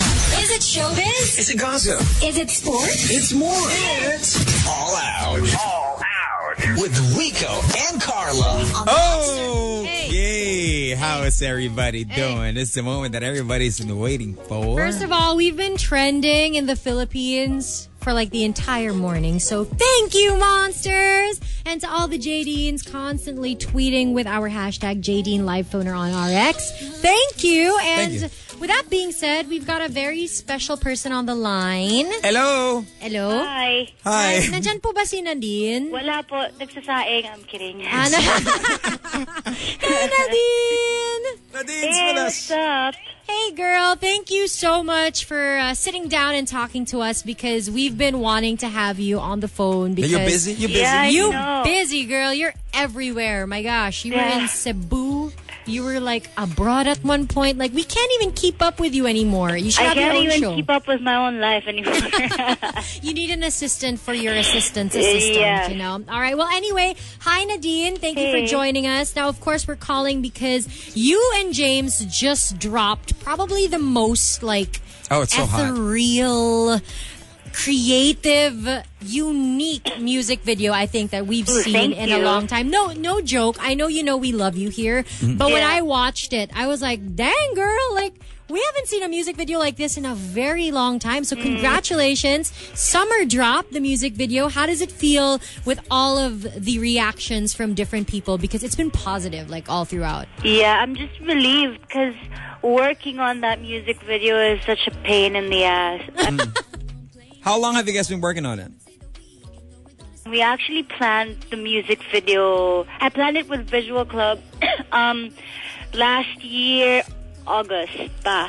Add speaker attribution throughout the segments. Speaker 1: Is it showbiz?
Speaker 2: Is it gossip?
Speaker 1: Is it sports?
Speaker 2: It's more. It's all out. All out. With Rico and Carla.
Speaker 3: Oh,
Speaker 4: Hey.
Speaker 3: yay. How is everybody doing? It's the moment that everybody's been waiting for.
Speaker 4: First of all, we've been trending in the Philippines for like the entire morning. So thank you, monsters! And to all the JDeans constantly tweeting with our hashtag JDean Live Phoner on RX. Thank you. And
Speaker 3: you.
Speaker 4: with that being said, we've got a very special person on the line.
Speaker 3: Hello.
Speaker 4: Hello.
Speaker 5: Hi.
Speaker 3: Hi.
Speaker 4: Nandyan po ba si Nadine?
Speaker 5: Wala po. Nagsasaing. I'm kidding.
Speaker 4: Ano? hey, Nadine!
Speaker 3: Nadine's
Speaker 5: Hey,
Speaker 3: with us.
Speaker 5: what's up?
Speaker 4: Hey, girl, thank you so much for uh, sitting down and talking to us because we've been wanting to have you on the phone. Because
Speaker 3: You're busy? You're busy?
Speaker 5: Yeah, I
Speaker 4: You
Speaker 5: know.
Speaker 4: busy, girl. You're everywhere. My gosh. You were
Speaker 5: Yeah.
Speaker 4: in Cebu. You were like abroad at one point. Like, we can't even keep up with you anymore. You should
Speaker 5: I
Speaker 4: have your
Speaker 5: can't
Speaker 4: own
Speaker 5: even
Speaker 4: show.
Speaker 5: keep up with my own life anymore.
Speaker 4: You need an assistant for your assistant's assistant,
Speaker 5: Yeah.
Speaker 4: you know. All right. Well, anyway, hi Nadine. Thank you for
Speaker 5: Hey.
Speaker 4: joining us. Now, of course, we're calling because you and James just dropped probably the most like
Speaker 3: Oh, it's so hot.
Speaker 4: ethereal, creative, unique music video I think that we've
Speaker 5: Ooh,
Speaker 4: seen
Speaker 5: thank
Speaker 4: in a
Speaker 5: you.
Speaker 4: long time. No, no joke. I know you know we love you here, but when
Speaker 5: Yeah.
Speaker 4: I watched it, I was like, "Dang, girl! Like we haven't seen a music video like this in a very long time." So congratulations, Summer Drop, the music video. How does it feel with all of the reactions from different people? Because it's been positive, like all throughout.
Speaker 5: yeah, I'm just relieved because working on that music video is such a pain in the ass.
Speaker 3: How long have you guys been working on it?
Speaker 5: We actually planned the music video. I planned it with Visual Club um, last year, August pa.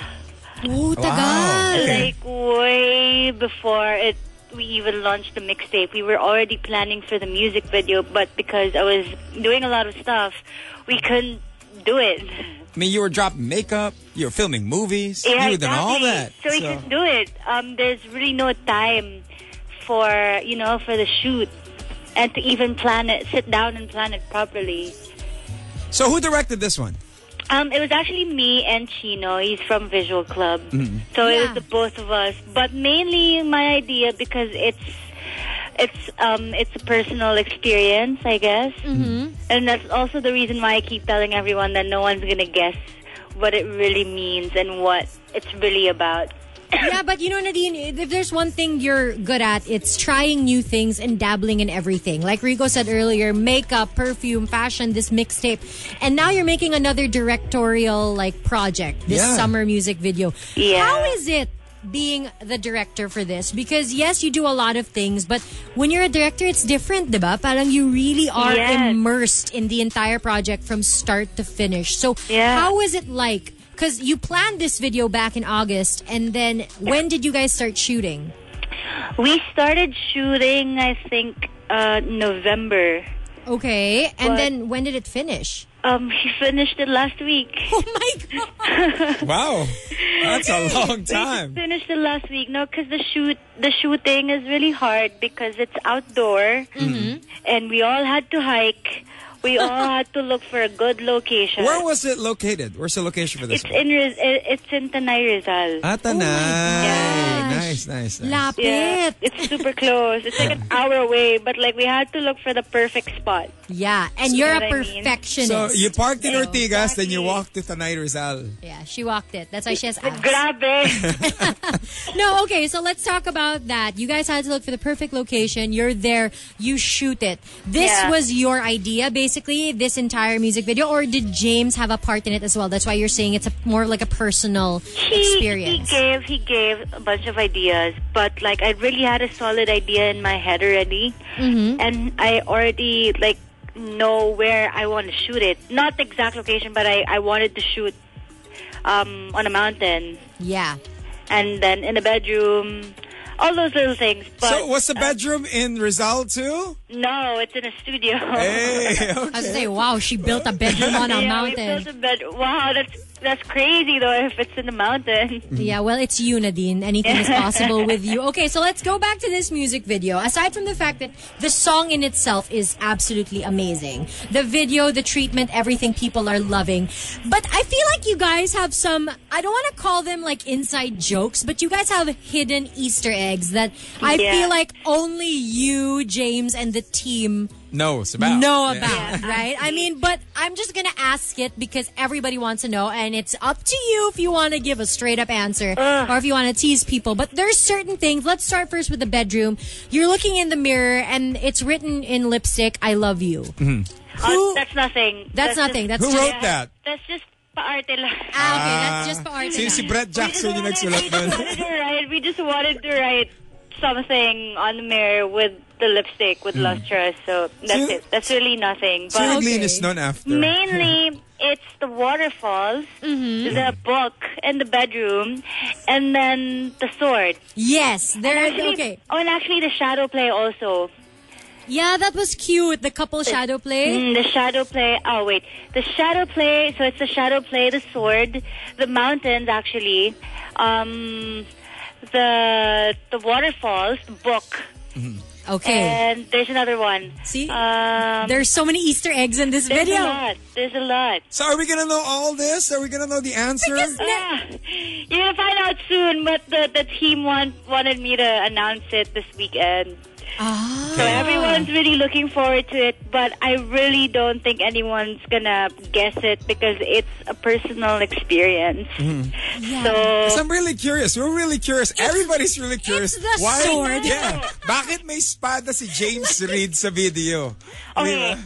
Speaker 4: Oh, tagal.
Speaker 3: Okay.
Speaker 5: Like way before it, we even launched the mixtape. We were already planning for the music video, but because I was doing a lot of stuff, we couldn't do it.
Speaker 3: I mean, you were dropping makeup, you were filming movies,
Speaker 5: Yeah,
Speaker 3: you were doing all
Speaker 5: exactly.
Speaker 3: that.
Speaker 5: So we couldn't do it. Um, there's really no time for you know for the shoot and to even plan it, sit down and plan it properly.
Speaker 3: so who directed this one?
Speaker 5: Um, it was actually me and Chino. He's from Visual Club, so it
Speaker 4: Yeah.
Speaker 5: was the both of us. But mainly my idea because it's it's um it's a personal experience, I guess, mm-hmm. and that's also the reason why I keep telling everyone that no one's gonna guess what it really means and what it's really about.
Speaker 4: yeah, but you know, Nadine, if there's one thing you're good at, it's trying new things and dabbling in everything. Like Rico said earlier, makeup, perfume, fashion, this mixtape. And now you're making another directorial like project, this
Speaker 3: Yeah.
Speaker 4: summer music video.
Speaker 5: Yeah.
Speaker 4: How is it being the director for this? Because yes, you do a lot of things, but when you're a director, it's different, diba? Parang you really are
Speaker 5: Yes.
Speaker 4: immersed in the entire project from start to finish. So
Speaker 5: Yeah.
Speaker 4: how was it like? Because you planned this video back in August, and then when did you guys start shooting?
Speaker 5: We started shooting, I think, uh, November.
Speaker 4: Okay, and
Speaker 5: What?
Speaker 4: then when did it finish?
Speaker 5: Um, we finished it last week.
Speaker 4: Oh my god!
Speaker 3: Wow. That's a long
Speaker 5: We
Speaker 3: time.
Speaker 5: just finished it last week. No, because the shoot, the shooting is really hard because it's outdoor,
Speaker 3: Mm-hmm.
Speaker 5: and we all had to hike. We all had to look for a good location.
Speaker 3: Where was it located? Where's the location for this
Speaker 5: it's
Speaker 3: one?
Speaker 5: in Oh Riz- it- it's in Tanay Rizal.
Speaker 3: At the
Speaker 4: my
Speaker 3: night.
Speaker 4: gosh.
Speaker 3: Nice, nice, nice.
Speaker 4: Lapit.
Speaker 5: yeah, it's super close. It's like an hour away, but like we had to look for the perfect spot.
Speaker 4: Yeah, and you're
Speaker 5: what
Speaker 4: a
Speaker 5: I mean.
Speaker 4: perfectionist.
Speaker 3: So you parked in
Speaker 4: So-
Speaker 3: Ortigas, then you walked to Tanay Rizal.
Speaker 4: Yeah, she walked it. That's why she has abs.
Speaker 5: Grabe.
Speaker 4: No, okay, so let's talk about that. You guys had to look for the perfect location. You're there, you shoot it. This
Speaker 5: Yeah.
Speaker 4: was your idea, basically, this entire music video, or did James have a part in it as well? That's why you're saying it's a, more like a personal
Speaker 5: he, he
Speaker 4: experience.
Speaker 5: gave he gave a bunch of ideas, but like I really had a solid idea in my head already,
Speaker 4: Mm-hmm.
Speaker 5: and I already like know where I want to shoot it. Not the exact location, but I I wanted to shoot um, on a mountain
Speaker 4: Yeah.
Speaker 5: and then in a bedroom, all those little things. But
Speaker 3: so what's the bedroom in Rizal too?
Speaker 5: no, it's in a studio.
Speaker 3: Hey,
Speaker 4: I was
Speaker 3: okay.
Speaker 4: gonna say, wow, she built a bedroom on a
Speaker 5: Yeah, we
Speaker 4: mountain.
Speaker 5: built a bed. Wow, that's That's crazy though if it's in the mountain.
Speaker 4: Yeah, well, it's you, Nadine. Anything is possible with you. Okay, so let's go back to this music video. Aside from the fact that the song in itself is absolutely amazing, the video, the treatment, everything people are loving. But I feel like you guys have some, I don't want to call them like inside jokes, but you guys have hidden Easter eggs that I
Speaker 5: Yeah.
Speaker 4: feel like only you, James, and the team
Speaker 3: No, it's about.
Speaker 4: know
Speaker 3: Yeah.
Speaker 4: about, right? I mean, but I'm just gonna ask it because everybody wants to know, and it's up to you if you want to give a straight up answer or if you want to tease people. But there's certain things. Let's start first with the bedroom. You're looking in the mirror, and it's written in lipstick, "I love you."
Speaker 5: Oh,
Speaker 4: Who?
Speaker 5: that's nothing.
Speaker 4: That's nothing. That's
Speaker 3: Mm-hmm. Who
Speaker 4: just-
Speaker 3: wrote that?
Speaker 5: That's just paarte lang.
Speaker 4: Ah, okay, that's just paarte
Speaker 3: Si,
Speaker 4: lang.
Speaker 3: si Brett Jackson yung
Speaker 5: we just
Speaker 3: nagsulat
Speaker 5: wanted-
Speaker 3: nun.
Speaker 5: we just wanted to write. We just wanted to write something on the mirror with the lipstick
Speaker 3: Hmm.
Speaker 5: with lustrous. So that's
Speaker 3: So-
Speaker 5: it. That's really nothing.
Speaker 3: Sino
Speaker 5: But
Speaker 3: naglinis nun after?
Speaker 5: mainly, it's the waterfalls, the book, and the bedroom, and then the sword.
Speaker 4: Yes, there.
Speaker 5: Actually-
Speaker 4: Okay,
Speaker 5: Oh, and actually the shadow play also.
Speaker 4: yeah, that was cute. The couple shadow play.
Speaker 5: Mm, the shadow play. Oh wait, the shadow play. So it's the shadow play, the sword, the mountains actually, um, the the waterfalls, the book,
Speaker 4: Okay,
Speaker 5: and there's another one.
Speaker 4: Eh. See?
Speaker 5: um,
Speaker 4: there's so many Easter eggs in this
Speaker 5: there's a
Speaker 4: video.
Speaker 5: lot. There's a lot.
Speaker 3: So are we gonna know all this? Are we gonna know the answer?
Speaker 5: Ah, you're gonna find out soon, but the the team want, wanted me to announce it this weekend.
Speaker 4: Ah.
Speaker 5: So everyone's really looking forward to it, but I really don't think anyone's gonna guess it because it's a personal experience.
Speaker 3: So
Speaker 4: Mm-hmm.
Speaker 5: So
Speaker 3: I'm really curious. We're really curious. Everybody's really curious.
Speaker 4: it's the
Speaker 3: Why?
Speaker 4: sword.
Speaker 3: Yeah. Bakit may espada si James Reed sa video?
Speaker 5: okay,
Speaker 3: Di ba?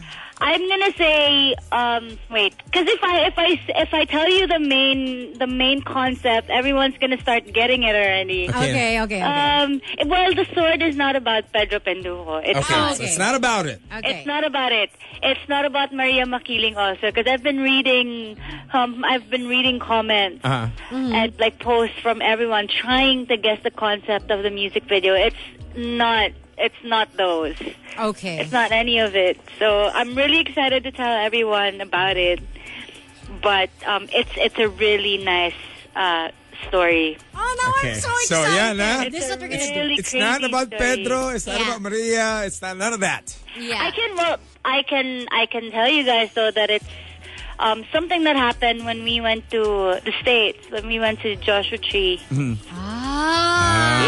Speaker 5: I'm gonna say um, wait, because if I if I if I tell you the main the main concept, everyone's gonna start getting it already.
Speaker 4: Ah, Okay, okay, okay.
Speaker 5: Um, well, the sword is not about Pedro Penduho. It's
Speaker 3: Okay,
Speaker 4: Ah,
Speaker 3: so
Speaker 4: okay.
Speaker 3: it's not about it.
Speaker 4: okay.
Speaker 5: It's not about it. It's not about Maria Makiling also because I've been reading, um, I've been reading comments
Speaker 3: Uh-huh.
Speaker 4: Mm-hmm.
Speaker 5: and like posts from everyone trying to guess the concept of the music video. It's not. It's not those.
Speaker 4: Okay.
Speaker 5: It's not any of it. So I'm really excited to tell everyone about it. But um, it's it's a really nice uh, story.
Speaker 4: Oh, now
Speaker 3: Okay.
Speaker 4: I'm so
Speaker 3: So, yan,
Speaker 4: excited.
Speaker 3: ha?
Speaker 4: This is what we're going to do.
Speaker 5: Really
Speaker 3: It's not
Speaker 5: crazy
Speaker 3: about
Speaker 5: story.
Speaker 3: Pedro. It's not
Speaker 4: Yeah.
Speaker 3: about Maria. It's not none of that.
Speaker 4: Yeah.
Speaker 5: I can well, I can I can tell you guys though that it's um, something that happened when we went to the states when we went to Joshua Tree.
Speaker 4: Mm-hmm. Ah.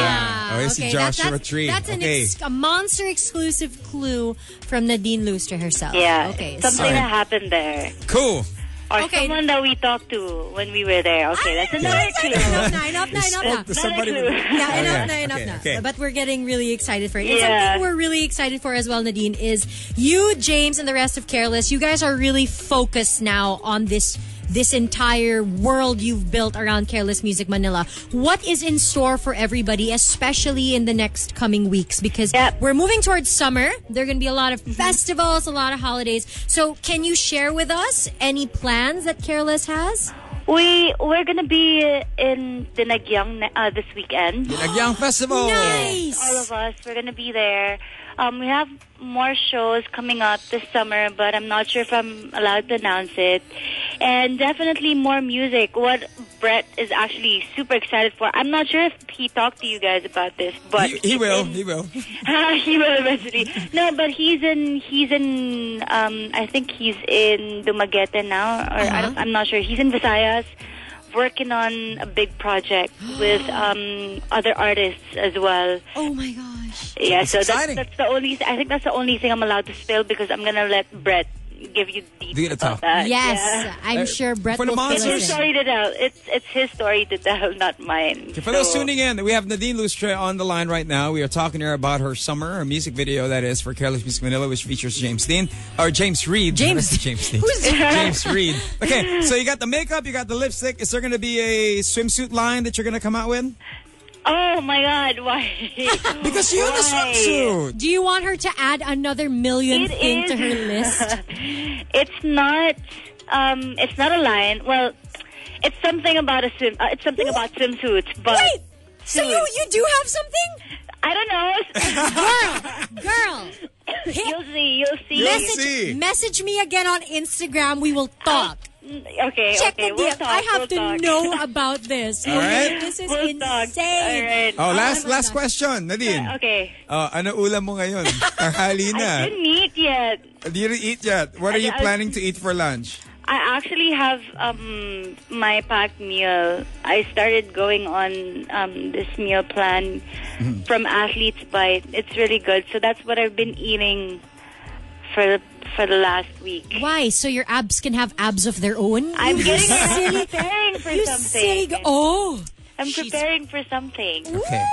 Speaker 3: Yeah. Oh, it's Joshua
Speaker 4: that's,
Speaker 3: Tree.
Speaker 4: That's an
Speaker 3: Okay.
Speaker 4: ex- a monster exclusive clue from Nadine Lustre herself.
Speaker 5: Yeah,
Speaker 4: Okay. so-
Speaker 5: something
Speaker 3: Sorry.
Speaker 5: that happened there,
Speaker 3: Cool.
Speaker 5: or
Speaker 4: Okay.
Speaker 5: someone that we talked to when we were there. Okay,
Speaker 3: Ah,
Speaker 5: that's another
Speaker 4: Enough
Speaker 5: clue.
Speaker 4: na, enough na, enough na.
Speaker 3: Spoke to somebody
Speaker 5: clue.
Speaker 3: with-
Speaker 4: Yeah,
Speaker 3: Okay,
Speaker 4: enough na, enough
Speaker 3: Oh, okay,
Speaker 4: na.
Speaker 3: okay.
Speaker 4: But we're getting really excited for it. And
Speaker 5: Yeah.
Speaker 4: something we're really excited for as well, Nadine, is you, James, and the rest of Careless, you guys are really focused now on this this entire world you've built around Careless Music Manila. What is in store for everybody, especially in the next coming weeks? Because
Speaker 5: Yep. Mm-hmm.
Speaker 4: we're moving towards summer. There are going to be a lot of festivals, a lot of holidays. So can you share with us any plans that Careless has?
Speaker 5: We we're gonna be in Dinagyang ne- uh, this weekend.
Speaker 3: Nagyang Festival.
Speaker 4: Nice!
Speaker 5: all of us. We're going to be there. Um, we have more shows coming up this summer, but I'm not sure if I'm allowed to announce it. And definitely more music. What Brett is actually super excited for. I'm not sure if he talked to you guys about this, but
Speaker 3: He, he will.
Speaker 5: in-
Speaker 3: He will.
Speaker 5: Ah, he will eventually. No, but he's in. He's in. Um, I think he's in Dumaguete now, or I
Speaker 3: Uh-huh.
Speaker 5: don't, I'm not sure. He's in Visayas, working on a big project with um, other artists as well.
Speaker 4: Oh my gosh.
Speaker 5: Yeah, so that's,
Speaker 3: exciting.
Speaker 5: that's the only. I think that's the only thing I'm allowed to spill because I'm gonna let Brett give you
Speaker 3: Give it a
Speaker 5: details about
Speaker 3: talk.
Speaker 5: that.
Speaker 4: Yes,
Speaker 5: Yeah.
Speaker 4: I'm
Speaker 3: Uh,
Speaker 4: sure Brett
Speaker 3: for the
Speaker 4: will fill us
Speaker 5: It's his
Speaker 3: monsters-
Speaker 4: in.
Speaker 5: story to tell. It's it's his story to tell, not mine.
Speaker 3: For those
Speaker 5: So-
Speaker 3: tuning in, we have Nadine Lustre on the line right now. We are talking to her about her summer, her music video that is for Careless Music Manila, which features James Dean or James Reed.
Speaker 4: James-
Speaker 3: James Dean.
Speaker 4: Who's-
Speaker 3: James Reed. Okay, so you got the makeup, you got the lipstick. Is there going to be a swimsuit line that you're going to come out with?
Speaker 5: Oh my God! Why?
Speaker 3: Because you have the
Speaker 5: Why?
Speaker 3: swimsuit.
Speaker 4: Do you want her to add another million
Speaker 5: It
Speaker 4: thing to
Speaker 5: is.
Speaker 4: her list?
Speaker 5: It's not. Um, it's not a lion. Well, it's something about a swim. Uh, it's something about swimsuits, but
Speaker 4: Wait, so you you do have something,
Speaker 5: I don't know.
Speaker 3: Oh,
Speaker 4: girl? Girl, hit,
Speaker 5: you'll see. You'll see.
Speaker 3: You'll
Speaker 4: message
Speaker 3: see.
Speaker 4: message me again on Instagram. We will talk.
Speaker 5: Mm, Okay,
Speaker 4: Check
Speaker 5: okay.
Speaker 4: the
Speaker 5: we'll
Speaker 4: deal.
Speaker 5: talk,
Speaker 4: I have
Speaker 5: we'll
Speaker 4: to
Speaker 5: talk.
Speaker 4: know about this.
Speaker 3: All right.
Speaker 4: This is
Speaker 5: We'll talk. All
Speaker 4: insane.
Speaker 5: right.
Speaker 3: Oh, last
Speaker 4: my
Speaker 3: last
Speaker 4: gosh.
Speaker 3: question, Nadine.
Speaker 5: Uh, Okay.
Speaker 3: Oh, ano ulam mo ngayon? Tanghali
Speaker 5: I
Speaker 3: na.
Speaker 5: didn't eat yet.
Speaker 3: Didn't eat yet. What are you
Speaker 5: I- I-
Speaker 3: planning to eat for lunch?
Speaker 5: I actually have um, my packed meal. I started going on um, this meal plan from Athlete's Bite. It's really good. So that's what I've been eating for the, for the last week.
Speaker 4: Why? So your abs can have abs of their own?
Speaker 5: I'm
Speaker 4: You
Speaker 5: getting I'm
Speaker 4: silly.
Speaker 5: preparing for
Speaker 4: You
Speaker 5: something.
Speaker 4: silly. Oh.
Speaker 5: I'm preparing for something.
Speaker 3: Okay.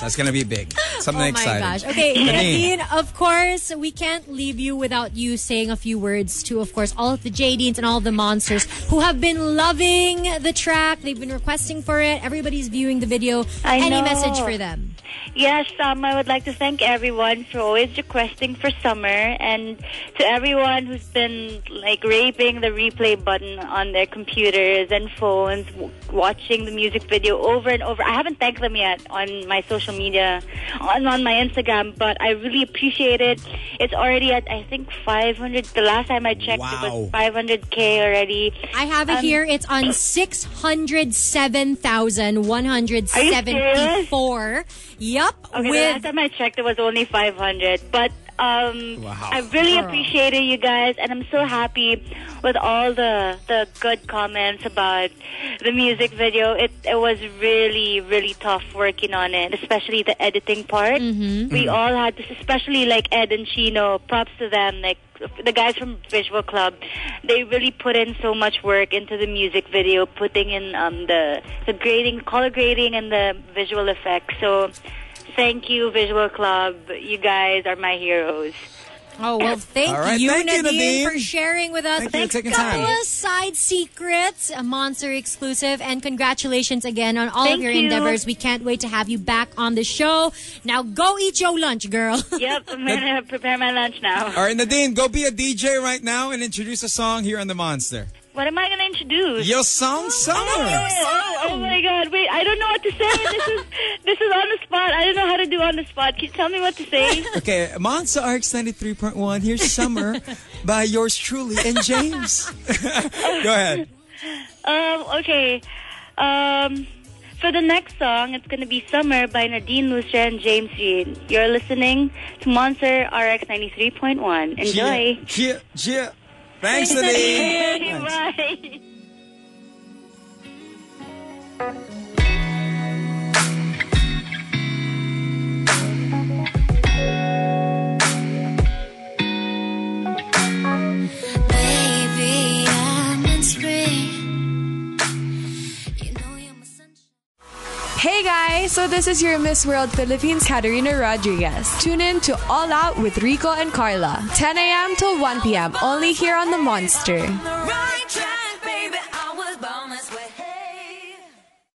Speaker 3: That's gonna be big. Something
Speaker 4: Oh my
Speaker 3: exciting.
Speaker 4: gosh. Okay,
Speaker 3: Nadine.
Speaker 4: Nadine, of course, we can't leave you without you saying a few words to, of course, all of the JDs and all of the monsters who have been loving the track. They've been requesting for it. Everybody's viewing the video.
Speaker 5: I
Speaker 4: Any
Speaker 5: know.
Speaker 4: message for them?
Speaker 5: Yes, um, I would like to thank everyone for always requesting for summer, and to everyone who's been like raping the replay button on their computers and phones, w- watching the music video over and over. I haven't thanked them yet on my social media, on on my Instagram, but I really appreciate it. It's already at I think 500. The last time I checked, it
Speaker 3: Wow.
Speaker 5: was 500k already.
Speaker 4: I have it
Speaker 5: Um,
Speaker 4: here. It's on 607,174. Yup.
Speaker 5: Okay, the last
Speaker 4: with
Speaker 5: time I checked, it was only 500. But um,
Speaker 3: Wow.
Speaker 5: I really appreciate it, you guys, and I'm so happy with all the the good comments about the music video. It it was really really tough working on it, especially the editing part. We all had this, especially like Ed and Chino. Props to them, like. The guys from Visual Club, they really put in so much work into the music video, putting in um, the the grading, color grading, and the visual effects. So, Thank you, Visual Club. You guys are my heroes.
Speaker 4: Oh well, thank,
Speaker 3: All right,
Speaker 4: you,
Speaker 3: thank you,
Speaker 4: Nadine,
Speaker 3: Nadine.
Speaker 4: for sharing with us.
Speaker 3: Thank you for taking
Speaker 4: couple
Speaker 3: time.
Speaker 4: of side secrets, a monster exclusive, and congratulations again on all of
Speaker 5: Thank
Speaker 4: your
Speaker 5: you.
Speaker 4: endeavors. We can't wait to have you back on the show. Now go eat your lunch, girl.
Speaker 5: Yep, I'm gonna prepare my lunch now.
Speaker 3: All right, Nadine, go be a DJ right now and introduce a song here on The Monster.
Speaker 5: What am I gonna introduce?
Speaker 3: Your song summer.
Speaker 5: Oh, oh my God! Wait, I don't know what to say. This is this is on the spot. I don't know how to do on the spot. Can you tell me what to say?
Speaker 3: Okay, Monster RX 93.1, here's Summer by yours truly and James. Go ahead.
Speaker 5: Um, okay. Um, for the next song, it's going to be Summer by Nadine Lucia and James Reed. You're listening to Monster RX 93.1. Enjoy.
Speaker 3: Cheer, cheer, cheer. Thanks, Nadine. Thanks.
Speaker 5: Bye.
Speaker 1: Baby, I'm in spring. You know you're my sunshine.
Speaker 6: Hey guys, so this is your Miss World Philippines, Katerina Rodriguez. Tune in to All Out with Rico and Carla, 10 a.m. till 1 p.m. only here on The Monster.
Speaker 1: Right track.